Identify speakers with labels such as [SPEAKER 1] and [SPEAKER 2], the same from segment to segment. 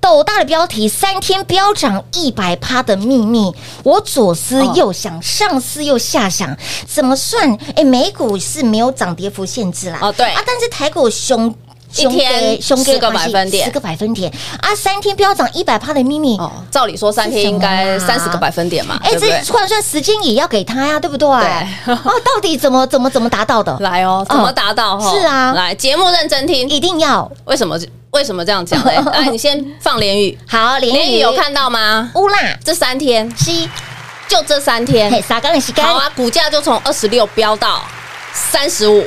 [SPEAKER 1] 斗大的标题，三天飙涨一百趴的秘密，我左思
[SPEAKER 2] 哦
[SPEAKER 1] 右想，上思又下想，怎么算？哎，美股是没有涨跌幅限制啦。
[SPEAKER 2] 哦对
[SPEAKER 1] 啊，但是台股熊。
[SPEAKER 2] 一天
[SPEAKER 1] 熊
[SPEAKER 2] 10个百分点
[SPEAKER 1] 十个百分点啊！三天飙涨一百趴的秘密，
[SPEAKER 2] 哦，照理说三天应
[SPEAKER 1] 是
[SPEAKER 2] 该
[SPEAKER 1] 什么啊
[SPEAKER 2] 三十个百分点嘛，
[SPEAKER 1] 哎、
[SPEAKER 2] 对不对
[SPEAKER 1] 这？换算时间也要给他呀，对不对？
[SPEAKER 2] 对
[SPEAKER 1] 哦，到底怎么怎么怎么达到的？
[SPEAKER 2] 来哦，怎么达到哈？
[SPEAKER 1] 是啊
[SPEAKER 2] 来节目认真听，
[SPEAKER 1] 一定要
[SPEAKER 2] 为什么为什么 这样讲嘞？来，你先放连雨，
[SPEAKER 1] 好，连
[SPEAKER 2] 连雨
[SPEAKER 1] 雨
[SPEAKER 2] 有看到吗？
[SPEAKER 1] 乌啦
[SPEAKER 2] 这三天
[SPEAKER 1] 西，
[SPEAKER 2] 就这三天
[SPEAKER 1] 嘿，，撒干的洗干
[SPEAKER 2] 好，啊，股价就从二十六飙到三十五，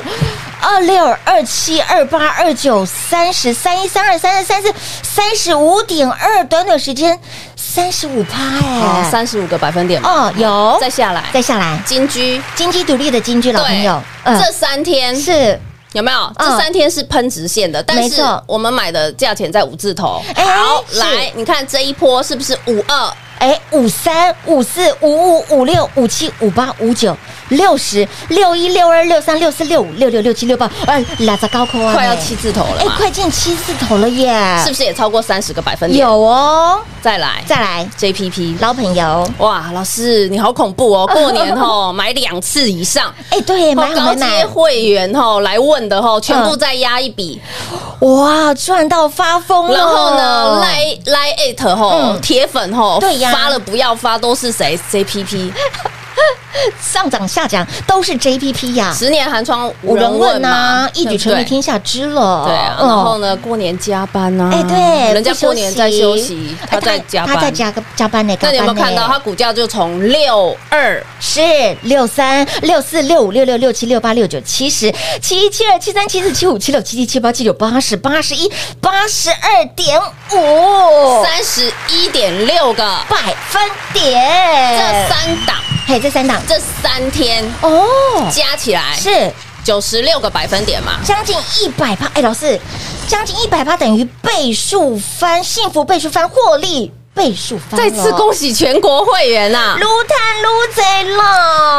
[SPEAKER 1] 二六二七二八二九三十三一三二三三三四三十五点二，短短时间三十五趴
[SPEAKER 2] 好，
[SPEAKER 1] 哎，
[SPEAKER 2] 哦三十五个百分点嘛，
[SPEAKER 1] 哦有，
[SPEAKER 2] 再下来，
[SPEAKER 1] 再下来，
[SPEAKER 2] 金居。
[SPEAKER 1] 金鸡独立的金居老朋
[SPEAKER 2] 对
[SPEAKER 1] 友，，嗯
[SPEAKER 2] 这三天
[SPEAKER 1] 是
[SPEAKER 2] 有没有？这
[SPEAKER 1] 嗯
[SPEAKER 2] 三天是喷直线的，但
[SPEAKER 1] 没
[SPEAKER 2] 是
[SPEAKER 1] 错
[SPEAKER 2] 我们买的价钱在五字头。
[SPEAKER 1] 哎
[SPEAKER 2] 好，
[SPEAKER 1] 是
[SPEAKER 2] 来，你看这一波是不是五二？
[SPEAKER 1] 哎，五三、五四、五五、五六、五七、五八、五九、六十、六一、六二、六三、六四、六五、六六、六七、六八，哎，拉着高科啊，
[SPEAKER 2] 快要七，字头了
[SPEAKER 1] 哎，
[SPEAKER 2] 嘛？
[SPEAKER 1] 快进七字头了耶！
[SPEAKER 2] 是不是也超过三十个百分点？
[SPEAKER 1] 有哦，
[SPEAKER 2] 再来，
[SPEAKER 1] 再来，
[SPEAKER 2] JPP。
[SPEAKER 1] 老朋友，
[SPEAKER 2] 哇，老师你好恐怖 哦！过年吼买两次以上，
[SPEAKER 1] 哎，对，买好
[SPEAKER 2] 高
[SPEAKER 1] 没
[SPEAKER 2] 阶
[SPEAKER 1] 买，
[SPEAKER 2] 会员吼来问的吼，全部
[SPEAKER 1] 嗯
[SPEAKER 2] 再压一笔。
[SPEAKER 1] 哇，赚到发疯了。
[SPEAKER 2] 然后呢，赖赖 at 吼
[SPEAKER 1] 哦嗯
[SPEAKER 2] 铁粉吼，
[SPEAKER 1] 对呀啊
[SPEAKER 2] 发了不要发都是谁 JPP，
[SPEAKER 1] 上涨下涨都是 JPP 呀，
[SPEAKER 2] 十年寒窗无
[SPEAKER 1] 无
[SPEAKER 2] 人
[SPEAKER 1] 人
[SPEAKER 2] 问
[SPEAKER 1] 问
[SPEAKER 2] 嘛
[SPEAKER 1] 呐，，一举成
[SPEAKER 2] 对
[SPEAKER 1] 为
[SPEAKER 2] 不对
[SPEAKER 1] 天下知了。
[SPEAKER 2] 对啊，
[SPEAKER 1] 嗯
[SPEAKER 2] 然后呢，过年加班啊，
[SPEAKER 1] 哎，对，
[SPEAKER 2] 人家
[SPEAKER 1] 不
[SPEAKER 2] 过年在休息，
[SPEAKER 1] 哎
[SPEAKER 2] 他在加
[SPEAKER 1] 他在
[SPEAKER 2] 班。
[SPEAKER 1] 加个加班呢。
[SPEAKER 2] 那你有没有
[SPEAKER 1] 加班
[SPEAKER 2] 看
[SPEAKER 1] 呢
[SPEAKER 2] 到它股价就从六二
[SPEAKER 1] 是六三六四六五六六六七六八六九七十七一七二七三七四七五七六七七七八七九八十八十一八十二点五
[SPEAKER 2] 三十一点六个，
[SPEAKER 1] 百分
[SPEAKER 2] 这
[SPEAKER 1] 点，
[SPEAKER 2] 三档
[SPEAKER 1] 嘿，这三档
[SPEAKER 2] 这三天
[SPEAKER 1] 哦，
[SPEAKER 2] 加起来
[SPEAKER 1] 是
[SPEAKER 2] 九十六个百分点嘛？
[SPEAKER 1] 将近一百趴，哎，老师，将近一百趴等于倍数翻，幸福倍数翻，获利倍数翻，
[SPEAKER 2] 再次恭，喜全国会员呐！
[SPEAKER 1] 撸贪撸贼了，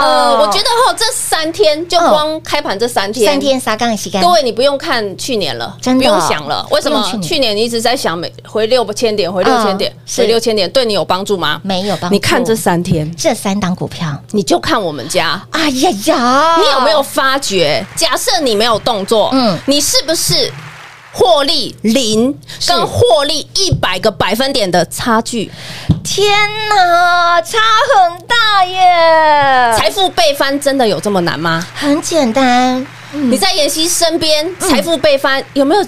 [SPEAKER 2] 呃，我觉得哈，这三天就光开盘这三天，
[SPEAKER 1] 哦三天撒干洗干，
[SPEAKER 2] 各位，你不用看去年了，
[SPEAKER 1] 真的
[SPEAKER 2] 不用想了。为什么
[SPEAKER 1] 不用去年
[SPEAKER 2] 去年你一直在想每回六千点，回六千点
[SPEAKER 1] 嗯，是
[SPEAKER 2] 回六千点，对你有帮助吗？
[SPEAKER 1] 没有帮助
[SPEAKER 2] 你看这三天，
[SPEAKER 1] 这三档股票。
[SPEAKER 2] 你就看我们家，
[SPEAKER 1] 哎呀呀！
[SPEAKER 2] 你有没有发觉？假设你没有动作，
[SPEAKER 1] 嗯
[SPEAKER 2] 哦嗯，你是不是获利零
[SPEAKER 1] 是
[SPEAKER 2] 跟获利一百个百分点的差距，
[SPEAKER 1] 天哪，差很大耶！
[SPEAKER 2] 财富倍翻真的有这么难吗？
[SPEAKER 1] 很简单，
[SPEAKER 2] 嗯你在妍希身边，财富倍翻有没有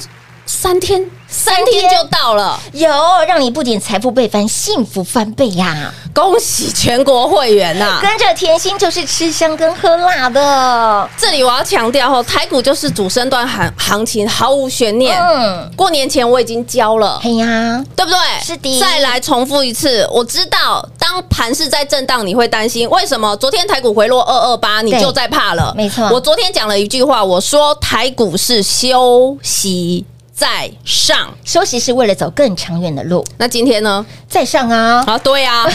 [SPEAKER 2] 三天嗯三天就到了，
[SPEAKER 1] 有让你不仅财富倍翻，幸福翻倍呀、
[SPEAKER 2] 恭喜全国会员呐、
[SPEAKER 1] 跟着甜心就是吃香跟喝辣的，
[SPEAKER 2] 这里我要强调哦，台股就是主升段行行情，毫无悬念。
[SPEAKER 1] 嗯，
[SPEAKER 2] 过年前我已经交了。
[SPEAKER 1] 嘿呀，
[SPEAKER 2] 对不对？
[SPEAKER 1] 是的
[SPEAKER 2] 再来重复一次，我知道当盘是在震荡，你会担心为什么？昨天台股回落二二八，你
[SPEAKER 1] 对
[SPEAKER 2] 就在怕了。
[SPEAKER 1] 没错
[SPEAKER 2] 我昨天讲了一句话，我说台股是休息在上。
[SPEAKER 1] 休息是为了走更长远的路，
[SPEAKER 2] 那今天 呢？
[SPEAKER 1] 再上啊，
[SPEAKER 2] 啊，对啊，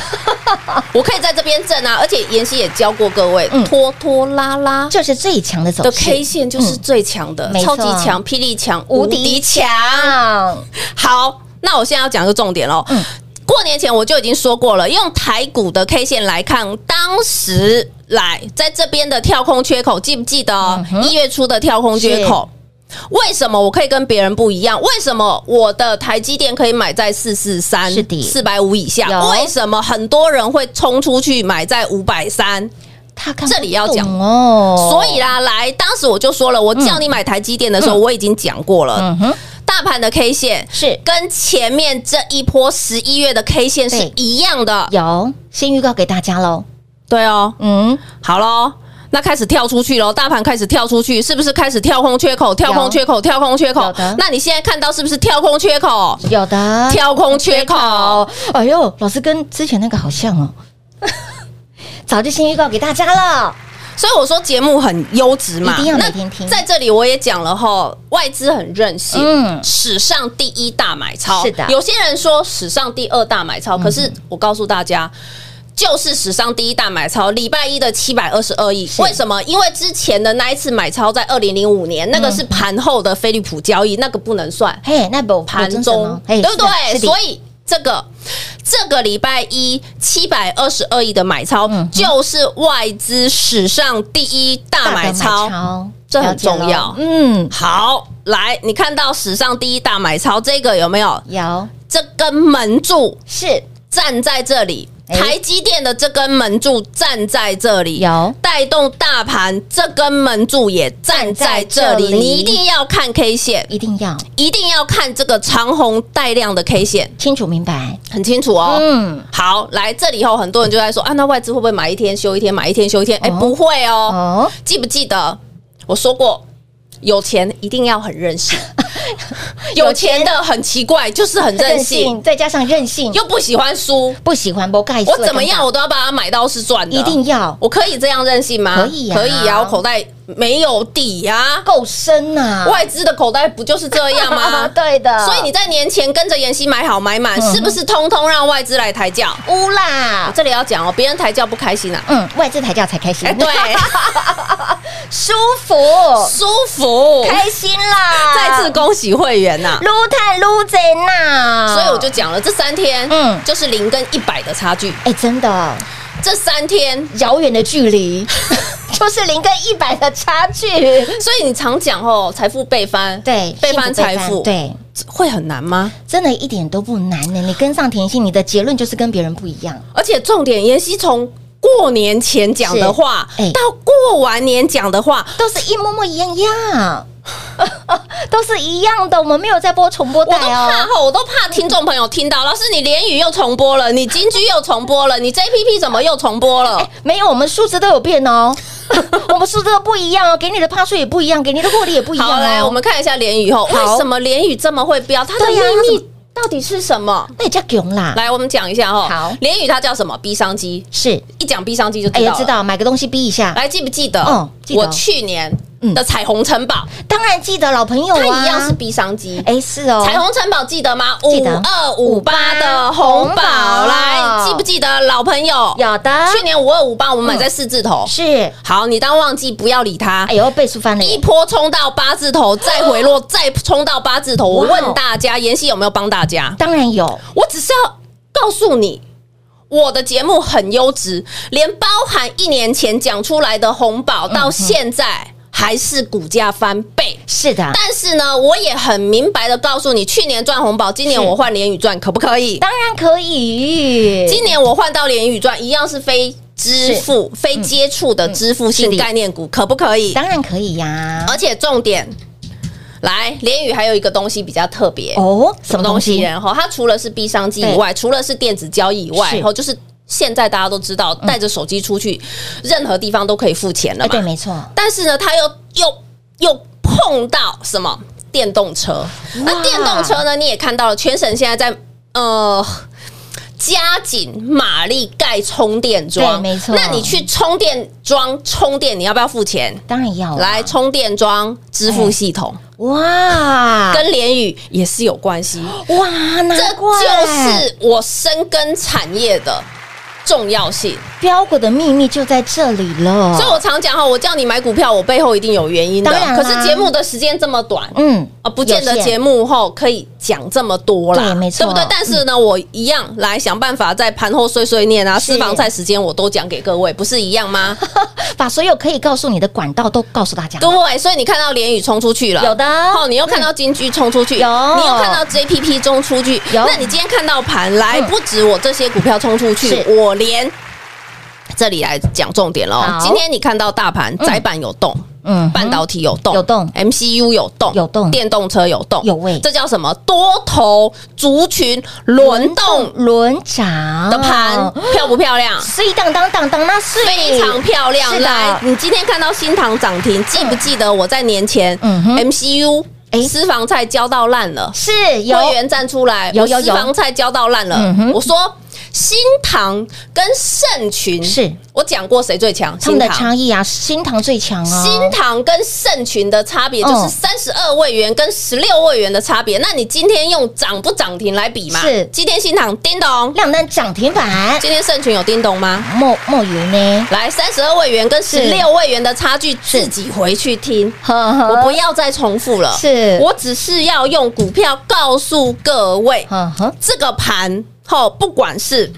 [SPEAKER 2] 我可以在这边震啊，而且妍希也教过各位，
[SPEAKER 1] 嗯
[SPEAKER 2] 拖拖拉拉
[SPEAKER 1] 这是最强的走
[SPEAKER 2] 的
[SPEAKER 1] 势。
[SPEAKER 2] K 线就是最强的
[SPEAKER 1] 嗯，没
[SPEAKER 2] 超
[SPEAKER 1] 错
[SPEAKER 2] 级强，霹雳强，
[SPEAKER 1] 无
[SPEAKER 2] 无
[SPEAKER 1] 敌
[SPEAKER 2] 敌强。
[SPEAKER 1] 啊，
[SPEAKER 2] 好，那我现在要讲一个重点
[SPEAKER 1] 嗯
[SPEAKER 2] 喽。过年前我就已经说过了，用台股的 K 线来看，当时来在这边的跳空缺口，记不记得哦
[SPEAKER 1] 嗯
[SPEAKER 2] 一、月初的跳空缺口？为什么我可以跟别人不一样？为什么我的台积电可以买在四四三、
[SPEAKER 1] 是的
[SPEAKER 2] 四百五以下
[SPEAKER 1] 有？
[SPEAKER 2] 为什么很多人会冲出去买在五百三？
[SPEAKER 1] 他看
[SPEAKER 2] 这里要
[SPEAKER 1] 不
[SPEAKER 2] 讲
[SPEAKER 1] 懂哦，
[SPEAKER 2] 所以啦，来，当时我就说了，我叫你买台积电的时候，我已经讲过了，
[SPEAKER 1] 嗯哼，
[SPEAKER 2] 大盘的 K 线
[SPEAKER 1] 是
[SPEAKER 2] 跟前面这一波十一月的 K 线是
[SPEAKER 1] 对
[SPEAKER 2] 一样的，
[SPEAKER 1] 有先预告给大家喽，
[SPEAKER 2] 对哦，
[SPEAKER 1] 嗯，
[SPEAKER 2] 好喽。那开始跳出去喽，大盘开始跳出去，是不是开始跳空缺口？跳空缺口，跳空缺
[SPEAKER 1] 有
[SPEAKER 2] 口
[SPEAKER 1] 的。嗯
[SPEAKER 2] 那你现在看到是不是跳空缺口？
[SPEAKER 1] 有的
[SPEAKER 2] 跳空缺口，，
[SPEAKER 1] 哎呦，老师跟之前那个好像 哦，早就先预告给大家了，
[SPEAKER 2] 所以我说节目很优质嘛。
[SPEAKER 1] 一定要
[SPEAKER 2] 那
[SPEAKER 1] 每天听
[SPEAKER 2] 在这里我也讲了哈，外资很任性，
[SPEAKER 1] 嗯
[SPEAKER 2] 史上第一大买超。
[SPEAKER 1] 是的嗯
[SPEAKER 2] 有些人说史上第二大买超，可是我告诉大家。就是史上第一大买超，礼拜一的七百二十二亿，为什么？因为之前的那一次买超在二零零五年，那
[SPEAKER 1] 嗯
[SPEAKER 2] 个是盘后的飞利浦交易，那个不能算，
[SPEAKER 1] 嘿，那不
[SPEAKER 2] 盘
[SPEAKER 1] 不真什
[SPEAKER 2] 中
[SPEAKER 1] 么，
[SPEAKER 2] 对
[SPEAKER 1] 嘿啊
[SPEAKER 2] 不对？所
[SPEAKER 1] 以
[SPEAKER 2] 以这个这个礼拜一七百二十二亿的买超，就是外资史上第一大买超。这很重要
[SPEAKER 1] 嗯，
[SPEAKER 2] 好，来，你看到史上第一大买超这个有没有？
[SPEAKER 1] 有
[SPEAKER 2] 这根门柱
[SPEAKER 1] 是
[SPEAKER 2] 站在这里，
[SPEAKER 1] 哎
[SPEAKER 2] 台积电的这根门柱站在这里，
[SPEAKER 1] 有
[SPEAKER 2] 带动大盘，这根门柱也站在这
[SPEAKER 1] 站在
[SPEAKER 2] 里。
[SPEAKER 1] 这里
[SPEAKER 2] 你一定要看 K 线，
[SPEAKER 1] 一定要
[SPEAKER 2] 一定要看这个长红带量的 K 线，
[SPEAKER 1] 清楚明白，
[SPEAKER 2] 很清楚哦。
[SPEAKER 1] 嗯，
[SPEAKER 2] 好，来这里以后，很多人就在说啊，那外资会不会买一天休一天，买一天休一天？哎、
[SPEAKER 1] 哦
[SPEAKER 2] 不会哦。
[SPEAKER 1] 哦，
[SPEAKER 2] 记不记得我说过，有钱一定要很任性，有钱的很奇怪，就是很任性，
[SPEAKER 1] 再加上任性，
[SPEAKER 2] 又不喜欢输。
[SPEAKER 1] 不喜欢不盖，
[SPEAKER 2] 我怎么样，我都要把它买到是赚的。
[SPEAKER 1] 一定要
[SPEAKER 2] 我可以这样任性吗？
[SPEAKER 1] 可以呀
[SPEAKER 2] 可以呀、啊我口袋没有底呀、
[SPEAKER 1] 够深呐，
[SPEAKER 2] 外资的口袋不就是这样 吗？
[SPEAKER 1] 对啊的，
[SPEAKER 2] 所以你在年前跟着妍希买好买满，是不是通通让外资来抬轿？
[SPEAKER 1] 污
[SPEAKER 2] 我
[SPEAKER 1] 啦，
[SPEAKER 2] 这里要讲哦，别人抬轿不开心啊。
[SPEAKER 1] 嗯，外资抬轿才开心
[SPEAKER 2] 哎，， 对，
[SPEAKER 1] 舒服，
[SPEAKER 2] 舒服。
[SPEAKER 1] 开心啦，
[SPEAKER 2] 再次恭喜会员呐、
[SPEAKER 1] 撸碳撸贼呐，
[SPEAKER 2] 嗯所以我就讲了，这三天，
[SPEAKER 1] 嗯
[SPEAKER 2] 嗯，就是零跟一百的差距。
[SPEAKER 1] 哎，真的
[SPEAKER 2] 这三天，
[SPEAKER 1] 遥远的距 离就是零跟一百的差距，
[SPEAKER 2] 所以你常讲哦，财富倍翻，
[SPEAKER 1] 对，
[SPEAKER 2] 倍
[SPEAKER 1] 幸
[SPEAKER 2] 翻
[SPEAKER 1] 福
[SPEAKER 2] 财富，，
[SPEAKER 1] 对。
[SPEAKER 2] 会很难吗？
[SPEAKER 1] 真的一点都不难呢。你跟上甜心，你的结论就是跟别人不一样。
[SPEAKER 2] 而且重点，妍希从过年前讲的话
[SPEAKER 1] 是哎，
[SPEAKER 2] 到过完年讲的话，
[SPEAKER 1] 都是一模模一样样， 都是一样的。我们没有在播重播
[SPEAKER 2] 我
[SPEAKER 1] 带
[SPEAKER 2] 都怕
[SPEAKER 1] 哦。
[SPEAKER 2] 吼，我都怕听众朋友听到，老师你连语又重播 了，你京剧又重播了，你 JPP 怎么又重播了？
[SPEAKER 1] 没有，我们数值都有变哦， 我们数值都不一样哦，给你的趴数也不一样，给你的获利也不一样、哦。
[SPEAKER 2] 好，来我们看一下连语后，
[SPEAKER 1] 好
[SPEAKER 2] 为什么连语这么会飙？它的
[SPEAKER 1] 对呀它
[SPEAKER 2] 秘
[SPEAKER 1] 怎
[SPEAKER 2] 密到底是什么？
[SPEAKER 1] 那也叫囧啦，
[SPEAKER 2] 来，我们讲一下哦。
[SPEAKER 1] 好
[SPEAKER 2] 连语它叫什么？逼商机，
[SPEAKER 1] 是，
[SPEAKER 2] 一讲逼商机就
[SPEAKER 1] 哎
[SPEAKER 2] 知
[SPEAKER 1] 呀，
[SPEAKER 2] 道
[SPEAKER 1] 知
[SPEAKER 2] 了。
[SPEAKER 1] 道买个东西逼一下，
[SPEAKER 2] 来，记不记得？
[SPEAKER 1] 哦记得嗯
[SPEAKER 2] 我去年的彩虹城堡，
[SPEAKER 1] 当然记得老朋友
[SPEAKER 2] 它
[SPEAKER 1] 啊，
[SPEAKER 2] 一样是逼商机。
[SPEAKER 1] 哎是哦，
[SPEAKER 2] 彩虹城堡记得吗？
[SPEAKER 1] 记
[SPEAKER 2] 五
[SPEAKER 1] 得
[SPEAKER 2] 二五八的红
[SPEAKER 1] 红
[SPEAKER 2] 宝，
[SPEAKER 1] 宝
[SPEAKER 2] 来记不记得老朋友？
[SPEAKER 1] 有的
[SPEAKER 2] 去年五二五八我们买在四字头，
[SPEAKER 1] 是，
[SPEAKER 2] 好，你当忘记不要理它
[SPEAKER 1] 哎。呦倍数翻了耶，
[SPEAKER 2] 一波冲到八字头，再回落，再冲到八字头。我
[SPEAKER 1] 哇哦
[SPEAKER 2] 问大家，妍希有没有帮大家？
[SPEAKER 1] 当然有，
[SPEAKER 2] 我只是要告诉你，我的节目很优质，连包含一年前讲出来的红宝，到现在还是股价翻倍。
[SPEAKER 1] 是的，
[SPEAKER 2] 但是呢，我也很明白的告诉你，去年赚红宝，今年
[SPEAKER 1] 是
[SPEAKER 2] 我换连宇赚，可不可以？
[SPEAKER 1] 当然可以，
[SPEAKER 2] 今年我换到连宇赚，一样是非支付、非接触的支付
[SPEAKER 1] 嗯是
[SPEAKER 2] 性
[SPEAKER 1] 的
[SPEAKER 2] 概念股，可不可以？
[SPEAKER 1] 当然可以呀、
[SPEAKER 2] 而且重点，来，联宇还有一个东西比较特别，
[SPEAKER 1] 哦，什么东西？
[SPEAKER 2] 然后它除了是币商机以外，除了是电子交易以外，
[SPEAKER 1] 是嗯
[SPEAKER 2] 然后就是现在大家都知道，带着手机出去，任何地方都可以付钱了
[SPEAKER 1] 哎，
[SPEAKER 2] 嘛。
[SPEAKER 1] 对，没错，
[SPEAKER 2] 但是呢，它又又又碰到什么电动车？那电动车呢？你也看到了，全省现在在呃。加紧马力盖充电桩，
[SPEAKER 1] 对没错
[SPEAKER 2] 那你去充电桩充电，你要不要付钱？
[SPEAKER 1] 当然要啊
[SPEAKER 2] 来，充电桩支付系统、
[SPEAKER 1] 哎哇，
[SPEAKER 2] 跟联宇也是有关系，
[SPEAKER 1] 哇，难
[SPEAKER 2] 这
[SPEAKER 1] 怪
[SPEAKER 2] 就是我深耕产业的重要性。
[SPEAKER 1] 标股的秘密就在这里了。
[SPEAKER 2] 所以我常讲哈，我叫你买股票，我背后一定有原因的
[SPEAKER 1] 哦当然。啦啊
[SPEAKER 2] 可是节目的时间这么短，
[SPEAKER 1] 嗯
[SPEAKER 2] 啊，不见得
[SPEAKER 1] 有限
[SPEAKER 2] 节目后可以讲这么多啦，
[SPEAKER 1] 对没错
[SPEAKER 2] 对不对？但是呢，我一样来想办法在盘后碎碎念啊，
[SPEAKER 1] 是
[SPEAKER 2] 私房菜时间我都讲给各位，不是一 样吗？
[SPEAKER 1] 把所有可以告诉你的管道都告诉大家。
[SPEAKER 2] 对，所以你看到联宇冲出去了，
[SPEAKER 1] 有的
[SPEAKER 2] 哦，你又看到金居冲出去，
[SPEAKER 1] 有
[SPEAKER 2] 你又看到 JPP 冲出去，
[SPEAKER 1] 有
[SPEAKER 2] 那你今天看到盘来，
[SPEAKER 1] 嗯
[SPEAKER 2] 不止我这些股票冲出去，
[SPEAKER 1] 是
[SPEAKER 2] 我连这里来讲重点喽
[SPEAKER 1] 好。
[SPEAKER 2] 今天你看到大盘窄板有动。
[SPEAKER 1] 嗯
[SPEAKER 2] 半导体有动，
[SPEAKER 1] 有动
[SPEAKER 2] ；MCU 有动，
[SPEAKER 1] 有动
[SPEAKER 2] 电动车有动，
[SPEAKER 1] 有喂
[SPEAKER 2] 这叫什么？多头族群轮动
[SPEAKER 1] 嗯轮涨
[SPEAKER 2] 的盘，
[SPEAKER 1] 哦
[SPEAKER 2] 漂不漂亮？
[SPEAKER 1] 所以当当当当那是
[SPEAKER 2] 非常漂
[SPEAKER 1] 是
[SPEAKER 2] 亮。
[SPEAKER 1] 的
[SPEAKER 2] 来，你今天看到新塘涨停，记不记得我在年前
[SPEAKER 1] 嗯哼
[SPEAKER 2] ，MCU
[SPEAKER 1] 哎
[SPEAKER 2] 私房菜交到烂了，
[SPEAKER 1] 是有
[SPEAKER 2] 会员站出来，
[SPEAKER 1] 有
[SPEAKER 2] 我
[SPEAKER 1] 有
[SPEAKER 2] 私
[SPEAKER 1] 有
[SPEAKER 2] 房菜交到烂了
[SPEAKER 1] 嗯哼。
[SPEAKER 2] 我说新塘跟盛群
[SPEAKER 1] 是
[SPEAKER 2] 我讲过谁最强？
[SPEAKER 1] 他们的
[SPEAKER 2] 新塘
[SPEAKER 1] 差异啊，新塘最强啊，
[SPEAKER 2] 新塘跟盛群的差别就是
[SPEAKER 1] 嗯
[SPEAKER 2] 三十二位元跟十六位元的差别。那你今天用涨不涨停来比嘛？
[SPEAKER 1] 是
[SPEAKER 2] 今天新塘叮咚，
[SPEAKER 1] 亮灯涨停板，
[SPEAKER 2] 今天盛群有叮咚吗？
[SPEAKER 1] 墨墨鱼呢？
[SPEAKER 2] 来，三十二位元跟十
[SPEAKER 1] 是
[SPEAKER 2] 六位元的差距，自己回去听。
[SPEAKER 1] 呵
[SPEAKER 2] 我不要再重复了，
[SPEAKER 1] 是
[SPEAKER 2] 我只是要用股票告诉各位，
[SPEAKER 1] 呵呵，
[SPEAKER 2] 这个盘后不管是。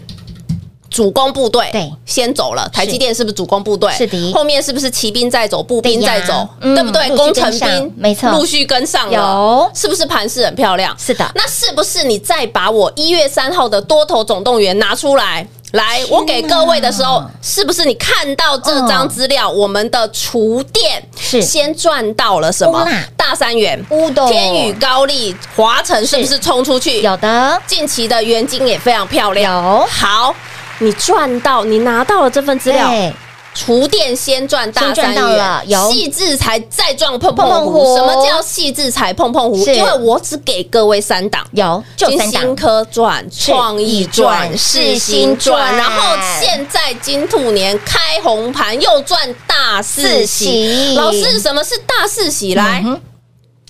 [SPEAKER 2] 主攻部队
[SPEAKER 1] 对
[SPEAKER 2] 先走了，台积电是不是主攻部队？
[SPEAKER 1] 是的
[SPEAKER 2] 后面是不是骑兵在走，步兵
[SPEAKER 1] 对呀
[SPEAKER 2] 在走，
[SPEAKER 1] 嗯
[SPEAKER 2] 对不对？
[SPEAKER 1] 陆续
[SPEAKER 2] 工
[SPEAKER 1] 跟
[SPEAKER 2] 程
[SPEAKER 1] 上
[SPEAKER 2] 兵
[SPEAKER 1] 没错
[SPEAKER 2] 陆续跟上了，
[SPEAKER 1] 有
[SPEAKER 2] 是不是盘势很漂亮？
[SPEAKER 1] 是的
[SPEAKER 2] 那是不是你再把我一月三号的多头总动员拿出来？来，我给各位的时候，是不是你看到这张资料？我们的厨电
[SPEAKER 1] 哦是哦
[SPEAKER 2] 先赚到了什么
[SPEAKER 1] 哇？
[SPEAKER 2] 大三元、
[SPEAKER 1] 乌的
[SPEAKER 2] 天宇、高丽、华晨是不是冲出去？
[SPEAKER 1] 有的
[SPEAKER 2] 近期的原金也非常漂亮。
[SPEAKER 1] 有
[SPEAKER 2] 好，你赚到，你拿到了这份资料，
[SPEAKER 1] 对，
[SPEAKER 2] 厨电先赚大
[SPEAKER 1] 先赚
[SPEAKER 2] 三
[SPEAKER 1] 到了有
[SPEAKER 2] 元，细致才再撞碰
[SPEAKER 1] 碰
[SPEAKER 2] 碰
[SPEAKER 1] 碰
[SPEAKER 2] 胡。
[SPEAKER 1] 胡
[SPEAKER 2] 什么叫细致才碰碰胡？
[SPEAKER 1] 是
[SPEAKER 2] 因为我只给各位三档。
[SPEAKER 1] 有就
[SPEAKER 2] 金
[SPEAKER 1] 三
[SPEAKER 2] 星
[SPEAKER 1] 档，
[SPEAKER 2] 科赚、创意赚、
[SPEAKER 1] 世新
[SPEAKER 2] 世新
[SPEAKER 1] 赚
[SPEAKER 2] 赚，然后现在金兔年开红盘又赚大四
[SPEAKER 1] 四喜
[SPEAKER 2] 喜。老师，什么是大四喜？来
[SPEAKER 1] 嗯哼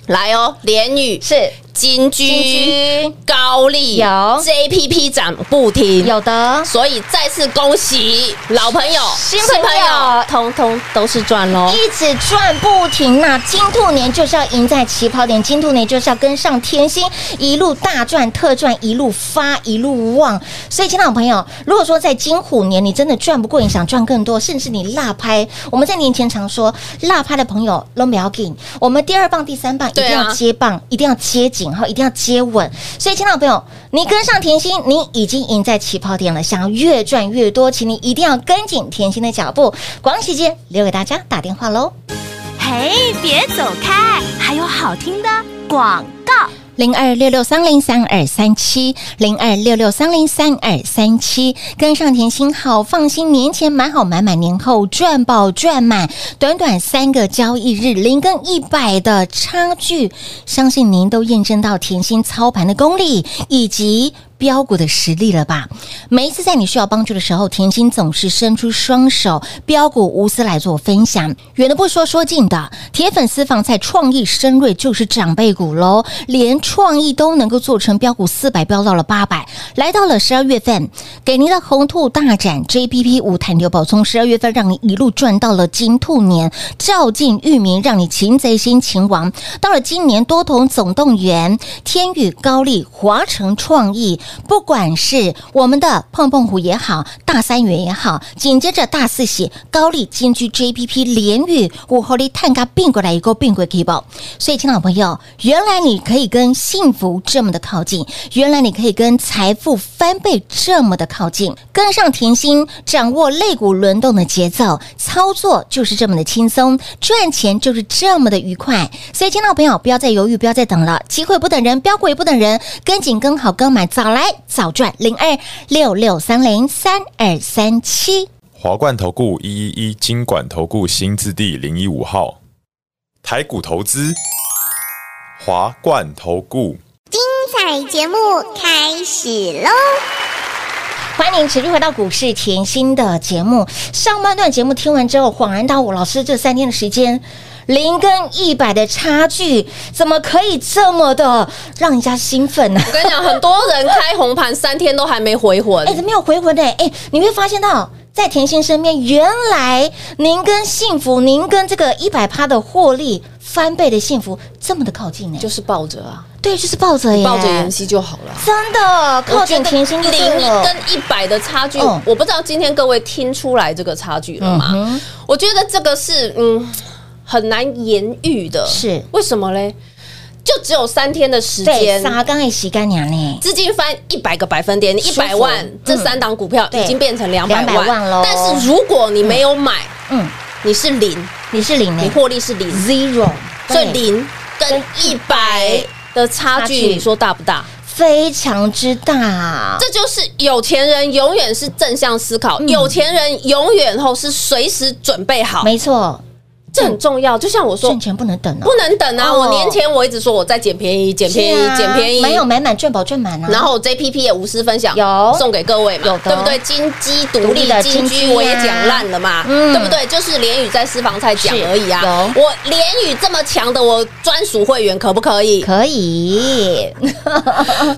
[SPEAKER 2] 来哦，联宇
[SPEAKER 1] 是
[SPEAKER 2] 金居
[SPEAKER 1] 金、
[SPEAKER 2] 高丽
[SPEAKER 1] 有
[SPEAKER 2] JPP 涨不停，
[SPEAKER 1] 有的，
[SPEAKER 2] 所以再次恭喜老朋友、
[SPEAKER 1] 新朋友
[SPEAKER 2] 通通都是赚喽！
[SPEAKER 1] 一直赚不停呐、金兔年就是要赢在起跑点，金兔年就是要跟上天星，一路大赚特赚，一路发，一路旺。所以，亲爱的朋友，如果说在金虎年你真的赚不过，你想赚更多，甚至你落拍，我们在年前常说落拍的朋友都不要紧，我们第二棒、第三棒一定
[SPEAKER 2] 对啊
[SPEAKER 1] 要接棒，一定要接紧，哈，一定要接稳。所以，亲爱的朋友，你跟上甜心，你已经赢在起跑点了。想要越赚越多，请你一定要跟紧甜心的脚步。广告时间留给大家打电话喽。
[SPEAKER 3] 嘿，别走开，还有好听的广告。
[SPEAKER 1] 零二六六三零三二三七，零二六六三零三二三七，跟上甜心好放心，年前买好买满，年后赚饱赚满，短短三个交易日，零跟一百的差距，相信您都验证到甜心操盘的功力以及。标股的实力了吧？每一次在你需要帮助的时候，甜心总是伸出双手，标股无私来做分享。远的不说，说近的，铁粉私房菜创意深锐就是长辈股喽，连创意都能够做成标股四百，飙到了八百，来到了十二月份，给您的红兔大展 JPP 五探六宝，从十二月份让你一路赚到了金兔年，照进域名，让你擒贼先擒王。到了今年多头总动员，天宇高丽、华城创意不管是我们的碰碰虎也好，大三元也好，紧接着大四喜、高丽、金居、JPP、联宇、五侯力、探嘎并过来一个并轨 k e y b o 所以，亲爱的朋友，原来你可以跟幸福这么的靠近，原来你可以跟财富翻倍这么的靠近，跟上甜心，掌握肋骨轮动的节奏，操作就是这么的轻松，赚钱就是这么的愉快。所以，亲爱的朋友，不要再犹豫，不要再等了，机会不等人，标股也不等人，跟紧、跟好、跟满，早来早赚。零二六六三零三二三七。
[SPEAKER 4] 华冠投顾一一一金管投顾新字第零一五号，台股投资，华冠投顾。
[SPEAKER 5] 彩节目开始喽！
[SPEAKER 1] 欢迎您持续回到股市甜心的节目。上半段节目听完之后，恍然大悟，老师这三天的时间，零跟一百的差距，怎么可以这么的让人家兴奋呢、
[SPEAKER 2] 我跟你讲，很多人开红盘三天都还没回魂
[SPEAKER 1] 哎、，怎么有回魂呢、哎、你会发现到。在甜心身边，原来您跟幸福，您跟这个一百趴的获利翻倍的幸福这么的靠近呢、
[SPEAKER 2] 就是抱着啊，
[SPEAKER 1] 对，就是抱着耶，
[SPEAKER 2] 抱着妍希就好了。
[SPEAKER 1] 真的靠近甜心就
[SPEAKER 2] 零
[SPEAKER 1] 对了
[SPEAKER 2] 跟一百的差距
[SPEAKER 1] 嗯，
[SPEAKER 2] 我不知道今天各位听出来这个差距了吗？我觉得这个是嗯很难言喻的，
[SPEAKER 1] 是
[SPEAKER 2] 为什么嘞？就只有三天的时
[SPEAKER 1] 对，
[SPEAKER 2] 间，
[SPEAKER 1] 啥刚爱洗干娘呢？
[SPEAKER 2] 资金翻一百个百分点，你一
[SPEAKER 1] 舒服
[SPEAKER 2] 百万
[SPEAKER 1] 嗯
[SPEAKER 2] 这三档股票
[SPEAKER 1] 对
[SPEAKER 2] 已经变成两百
[SPEAKER 1] 200万咯
[SPEAKER 2] 万，但是如果你没有买，
[SPEAKER 1] 嗯，
[SPEAKER 2] 你是零，
[SPEAKER 1] 你是零呢
[SPEAKER 2] 你获利是零，
[SPEAKER 1] zero，
[SPEAKER 2] 所
[SPEAKER 1] 对
[SPEAKER 2] 以零跟一百的差
[SPEAKER 1] 差距
[SPEAKER 2] 距，你说大不大？
[SPEAKER 1] 非常之大，
[SPEAKER 2] 这就是有钱人永远是正向思考，
[SPEAKER 1] 嗯
[SPEAKER 2] 有钱人永远后是随时准备好，
[SPEAKER 1] 没错，
[SPEAKER 2] 这很重要。就像我说
[SPEAKER 1] 赚，钱不能等啊
[SPEAKER 2] 不，能等啊！
[SPEAKER 1] 哦
[SPEAKER 2] 我年前我一直说我在捡便宜，捡便
[SPEAKER 1] 是
[SPEAKER 2] 宜，
[SPEAKER 1] 啊
[SPEAKER 2] 捡便宜，
[SPEAKER 1] 买有买满赚饱赚满啊，
[SPEAKER 2] 然后 JPP 也无私分享，
[SPEAKER 1] 有
[SPEAKER 2] 送给各位嘛，
[SPEAKER 1] 有的
[SPEAKER 2] 对不对？金鸡独
[SPEAKER 1] 独立
[SPEAKER 2] 立
[SPEAKER 1] 的金
[SPEAKER 2] 金居
[SPEAKER 1] 居啊
[SPEAKER 2] 我也讲烂了嘛，
[SPEAKER 1] 嗯
[SPEAKER 2] 对不对？就是连宇在私房菜讲
[SPEAKER 1] 是
[SPEAKER 2] 而已啊。
[SPEAKER 1] 有
[SPEAKER 2] 我连宇这么强的，我专属会员可不可以？
[SPEAKER 1] 可 以，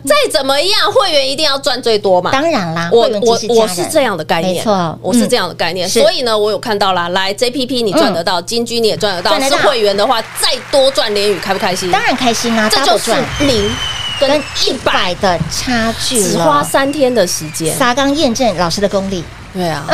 [SPEAKER 2] 再怎么样，会员一定要赚最多嘛。
[SPEAKER 1] 当然啦，
[SPEAKER 2] 我
[SPEAKER 1] 会员
[SPEAKER 2] 我
[SPEAKER 1] 即家人
[SPEAKER 2] 我是这样的概念，
[SPEAKER 1] 没错
[SPEAKER 2] 我是
[SPEAKER 1] 嗯
[SPEAKER 2] 这样的概念，
[SPEAKER 1] 是嗯
[SPEAKER 2] 所以呢，我有看到啦，来 JPP 你赚得到，金居你也赚得到，
[SPEAKER 1] 赚得
[SPEAKER 2] 是
[SPEAKER 1] 到
[SPEAKER 2] 会员的话，再多赚连宇开不开心？
[SPEAKER 1] 当然开心啊，
[SPEAKER 2] 这
[SPEAKER 1] double
[SPEAKER 2] 就是
[SPEAKER 1] 赚
[SPEAKER 2] 零跟一百
[SPEAKER 1] 百的差距
[SPEAKER 2] 只花
[SPEAKER 1] 了。
[SPEAKER 2] 三天的时间，
[SPEAKER 1] 撒刚验证老师的功力，
[SPEAKER 2] 对 啊，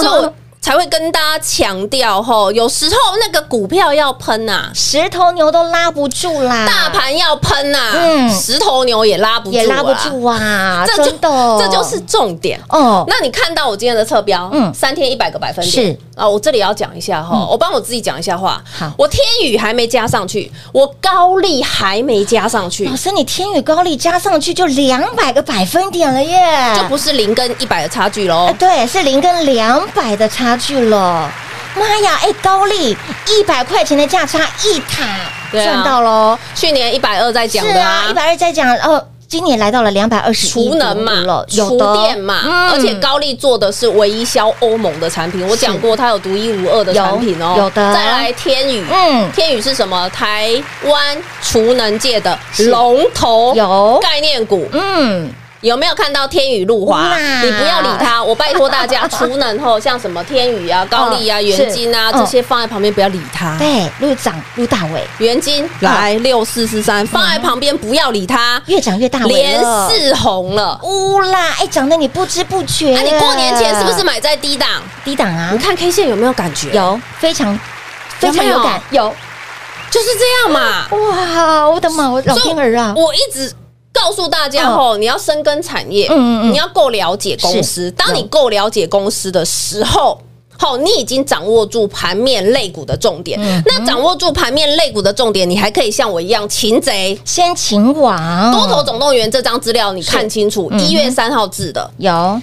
[SPEAKER 2] 所以我才会跟大家强调吼，有时候那个股票要喷呐、
[SPEAKER 1] 十头牛都拉不住啦，
[SPEAKER 2] 大盘要喷呐、
[SPEAKER 1] 啊嗯
[SPEAKER 2] 石头牛也拉不住、啊，
[SPEAKER 1] 也拉不住啊，
[SPEAKER 2] 这就
[SPEAKER 1] 真的，
[SPEAKER 2] 这就是重点。
[SPEAKER 1] 哦，
[SPEAKER 2] 那你看到我今天的侧标，
[SPEAKER 1] 嗯
[SPEAKER 2] 嗯，三天一百个百分点
[SPEAKER 1] 是嗯
[SPEAKER 2] 啊，我这里要讲一下哈，我帮我自己讲一下话。
[SPEAKER 1] 好
[SPEAKER 2] 我天宇还没加上去，我高丽还没加上去
[SPEAKER 1] 老，师你天宇高丽加上去就两百个百分点了耶，
[SPEAKER 2] 就不是零跟一百的差距
[SPEAKER 1] 啊，
[SPEAKER 2] 喽。
[SPEAKER 1] 对，是零跟两百的差距了。妈呀！哎，高丽一百块钱的价差一塔
[SPEAKER 2] 对啊
[SPEAKER 1] 赚到喽！
[SPEAKER 2] 去年一百二在讲
[SPEAKER 1] 是
[SPEAKER 2] 的啊
[SPEAKER 1] 一，百二再讲哦，今年来到了两百二十，
[SPEAKER 2] 储能嘛
[SPEAKER 1] 了，，有
[SPEAKER 2] 厨
[SPEAKER 1] 的
[SPEAKER 2] 电嘛，
[SPEAKER 1] 嗯
[SPEAKER 2] 而且高丽做的是唯一销欧盟的产品，我讲过它有独一无二的产品哦。
[SPEAKER 1] 有有的
[SPEAKER 2] 再来天宇，
[SPEAKER 1] 嗯
[SPEAKER 2] 天宇是什么？台湾储能界的
[SPEAKER 1] 是
[SPEAKER 2] 龙头，
[SPEAKER 1] 有
[SPEAKER 2] 概念股。
[SPEAKER 1] 嗯，
[SPEAKER 2] 有没有看到天宇路华
[SPEAKER 1] 哇？
[SPEAKER 2] 你不要理它，我拜托大家，储能后像什么天宇啊、高丽啊、
[SPEAKER 1] 嗯
[SPEAKER 2] 元金啊
[SPEAKER 1] 是嗯
[SPEAKER 2] 这些放在旁边不要理它。
[SPEAKER 1] 对，陆长陆大伟
[SPEAKER 2] 元金来六四四三放
[SPEAKER 1] 嗯
[SPEAKER 2] 在旁边不要理它，
[SPEAKER 1] 越长越大尾
[SPEAKER 2] 连
[SPEAKER 1] 了，
[SPEAKER 2] 四红了。
[SPEAKER 1] 乌啦！哎，长得你不知不觉。
[SPEAKER 2] 那、啊你过年前是不是买在低档？
[SPEAKER 1] 低档啊
[SPEAKER 2] 哎你？看 K 线有没有感觉？，
[SPEAKER 1] 有，非常非常有感，有
[SPEAKER 2] 就是这样嘛。
[SPEAKER 1] 哇！我的妈，我老
[SPEAKER 2] 所以
[SPEAKER 1] 天儿啊！
[SPEAKER 2] 嗯我一直告诉大家哦，你要深耕产业，
[SPEAKER 1] 嗯嗯嗯
[SPEAKER 2] 你要够了解公司。当你够了解公司的时候。好，你已经掌握住盘面类股的重点。那掌握住盘面类股的重点，你还可以像我一样擒贼。
[SPEAKER 1] 先秦王
[SPEAKER 2] 多头总动员这张资料你看清楚，一月三号制的，
[SPEAKER 1] 有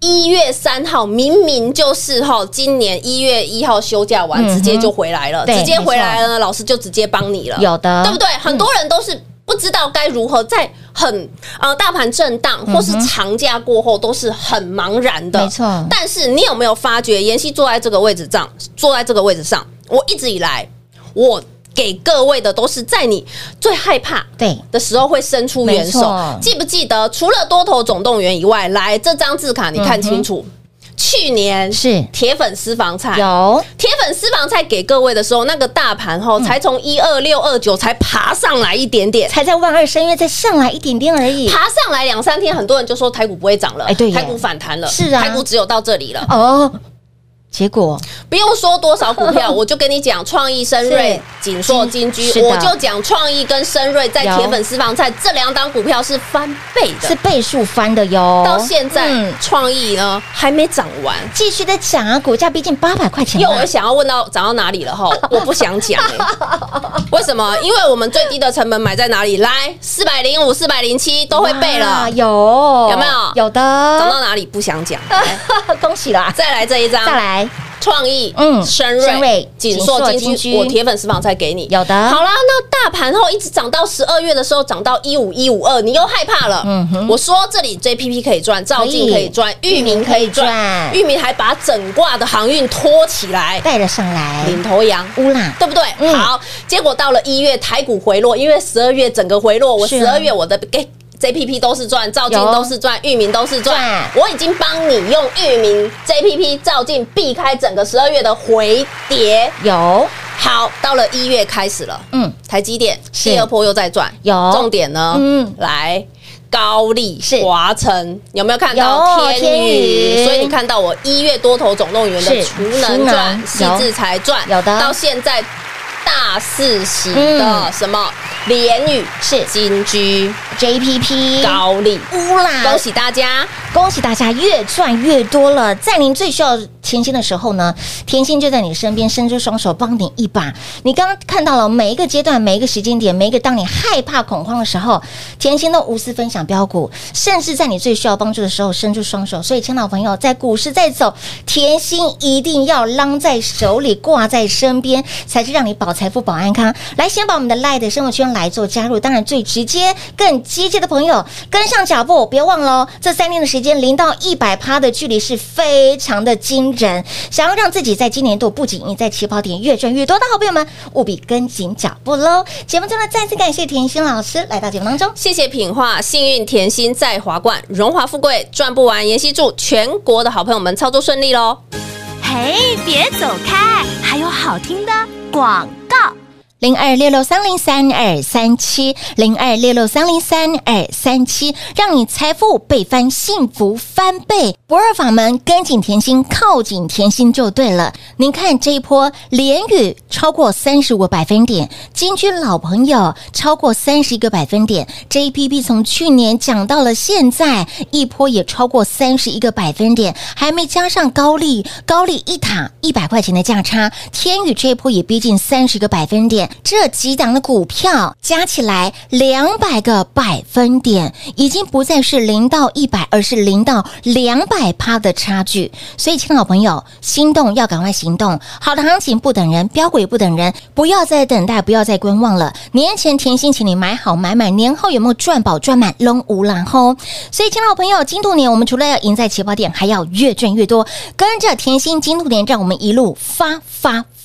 [SPEAKER 2] 一月三号明明就是哈，今年一月一号休假完，
[SPEAKER 1] 嗯哼
[SPEAKER 2] 直接就回来了，
[SPEAKER 1] 对
[SPEAKER 2] 直接回来了呢，老师就直接帮你了，
[SPEAKER 1] 有嗯的
[SPEAKER 2] 对不对？很多人都是不知道该如何在很呃大盘震荡或是长假过后都是很茫然的，
[SPEAKER 1] 嗯没错
[SPEAKER 2] 但是你有没有发觉，妍希坐在这个位置上，坐在这个位置上，我一直以来我。给各位的都是在你最害怕
[SPEAKER 1] 对
[SPEAKER 2] 的时候会伸出援
[SPEAKER 1] 没
[SPEAKER 2] 手
[SPEAKER 1] 错，
[SPEAKER 2] 记不记得？除了多头总动员以外，来这张字卡你看清楚，去年
[SPEAKER 1] 嗯是
[SPEAKER 2] 铁粉私房
[SPEAKER 1] 哎
[SPEAKER 2] 菜，
[SPEAKER 1] 有
[SPEAKER 2] 铁粉私房菜给各位的时候，那个大盘吼
[SPEAKER 1] 嗯
[SPEAKER 2] 才从一二六二九才爬上来一点点。
[SPEAKER 1] 才在万二深渊再上来一点点而已。
[SPEAKER 2] 爬上来两三天，很多人就说台股不会涨了，
[SPEAKER 1] 哎对耶
[SPEAKER 2] 台股反弹了，
[SPEAKER 1] 是啊
[SPEAKER 2] 台股只有到这里了。
[SPEAKER 1] 哦，结果
[SPEAKER 2] 不用说多少股票，我就跟你讲，创意、深瑞、锦硕、金居
[SPEAKER 1] 是，的
[SPEAKER 2] 我就讲创意跟深瑞在
[SPEAKER 1] 有
[SPEAKER 2] 铁粉私房菜这两档股票是翻倍
[SPEAKER 1] 是
[SPEAKER 2] 的，
[SPEAKER 1] 倍数翻的哟。
[SPEAKER 2] 到现在
[SPEAKER 1] 嗯
[SPEAKER 2] 创意呢还没涨完。
[SPEAKER 1] 继续的讲啊，股价毕竟八百块钱
[SPEAKER 2] 因为
[SPEAKER 1] 嘛
[SPEAKER 2] 我，想要问到涨到哪里了后，我不想讲、欸，为什么？因为我们最低的成本买在哪里？来，四百零五、四百零七都会背
[SPEAKER 1] 哇
[SPEAKER 2] 了，
[SPEAKER 1] 有
[SPEAKER 2] 有没有
[SPEAKER 1] 有
[SPEAKER 2] 涨
[SPEAKER 1] 的，
[SPEAKER 2] 到哪里不想讲。
[SPEAKER 1] 恭喜啦！
[SPEAKER 2] 再来这一 张，
[SPEAKER 1] 再来，
[SPEAKER 2] 创意，
[SPEAKER 1] 嗯
[SPEAKER 2] 嗯，深
[SPEAKER 1] 深瑞
[SPEAKER 2] 瑞、锦
[SPEAKER 1] 锦
[SPEAKER 2] 硕
[SPEAKER 1] 硕、
[SPEAKER 2] 金
[SPEAKER 1] 金
[SPEAKER 2] 居，
[SPEAKER 1] 居
[SPEAKER 2] 我铁粉私房菜给你。
[SPEAKER 1] 有的
[SPEAKER 2] 好啦，那大盘后一直涨到十二月的时候，涨到一五一五二，你又害怕了。
[SPEAKER 1] 嗯哼嗯
[SPEAKER 2] 我说这里 JPP 可以赚，兆
[SPEAKER 1] 可以
[SPEAKER 2] 进可以赚，域名可以赚
[SPEAKER 1] 赚，
[SPEAKER 2] 域名还把整挂的航运拖起来，
[SPEAKER 1] 带了上来，
[SPEAKER 2] 领头羊。
[SPEAKER 1] 乌啦，
[SPEAKER 2] 对不对？
[SPEAKER 1] 嗯
[SPEAKER 2] 好，结果到了一月，台股回落，因为十二月整个回落，我
[SPEAKER 1] 是
[SPEAKER 2] 十
[SPEAKER 1] 啊
[SPEAKER 2] 二月我的给。JPP 都是赚，兆金
[SPEAKER 1] 有啊
[SPEAKER 2] 都是赚，域名都是赚
[SPEAKER 1] 赚。
[SPEAKER 2] 我已经帮你用域名、JPP、兆进避开整个十二月的回跌。
[SPEAKER 1] 有，
[SPEAKER 2] 好，到了一月开始了，
[SPEAKER 1] 嗯，
[SPEAKER 2] 台积电
[SPEAKER 1] 是
[SPEAKER 2] 第二波又在赚，
[SPEAKER 1] 有
[SPEAKER 2] 重点呢，
[SPEAKER 1] 嗯
[SPEAKER 2] 来。高丽
[SPEAKER 1] 是、
[SPEAKER 2] 华晨有没有看到
[SPEAKER 1] 有
[SPEAKER 2] 天
[SPEAKER 1] 天宇
[SPEAKER 2] 宇？所以你看到我一月多头总动员的
[SPEAKER 1] 是
[SPEAKER 2] 储
[SPEAKER 1] 储
[SPEAKER 2] 能
[SPEAKER 1] 能
[SPEAKER 2] 赚、细
[SPEAKER 1] 有
[SPEAKER 2] 制才赚，
[SPEAKER 1] 有的
[SPEAKER 2] 到现在大四喜
[SPEAKER 1] 嗯
[SPEAKER 2] 的什么联宇、
[SPEAKER 1] 是嗯
[SPEAKER 2] 金居、
[SPEAKER 1] JPP
[SPEAKER 2] 高丽，
[SPEAKER 1] 乌啦，
[SPEAKER 2] 恭喜大家！
[SPEAKER 1] 恭喜大家越赚越多了，在您最需要甜心的时候呢，甜心就在你身边，伸出双手帮你一把。你刚刚看到了每一个阶段、每一个时间点、每一个当你害怕恐慌的时候，甜心都无私分享标股，甚至在你最需要帮助的时候伸出双手。所以，亲老朋友，在股市在走，甜心一定要浪在手里，挂在身边，才是让你保财富、保安康。来，先把我们的 Lie 的生活圈来做加入，当然最直接、更积极的朋友跟上脚步，别忘了哦，这三年的时间，零到一百趴的距离是非常的惊人。想要让自己在今年度不仅赢在起跑点，越赚越多的好朋友们，务必跟紧脚步喽！节目中呢，再次感谢甜心老师来到节目当中。
[SPEAKER 2] 谢谢品画，幸运甜心在华冠，荣华富贵赚不完。妍希祝全国的好朋友们操作顺利喽！
[SPEAKER 3] 嘿，别走开，还有好听的广告。
[SPEAKER 1] 零二六六三零三二三七，零二六六三零三二三七，让你财富倍翻，幸福翻倍。不二法门，跟紧甜心，靠紧甜心就对了。您看这一波连雨超过三十五百分点，金军老朋友超过三十一个百分点，JPP 从去年讲到了现在，一波也超过三十一个百分点，还没加上高利，高利一塔一百块钱的价差，天宇这一波也逼近三十个百分点，这几档的股票加起来两百个百分点，已经不再是零到一百，而是零到两百趴的差距。所以，亲老朋友，心动要赶快行动，好的行情不等人，标轨不等人，不要再等待，不要再观望了。年前甜心请你买好买满，年后有没有赚饱赚满，拢无然后。所以，亲老朋友，金兔年我们除了要赢在起跑点，还要越赚越多，跟着甜心金兔年，让我们一路发发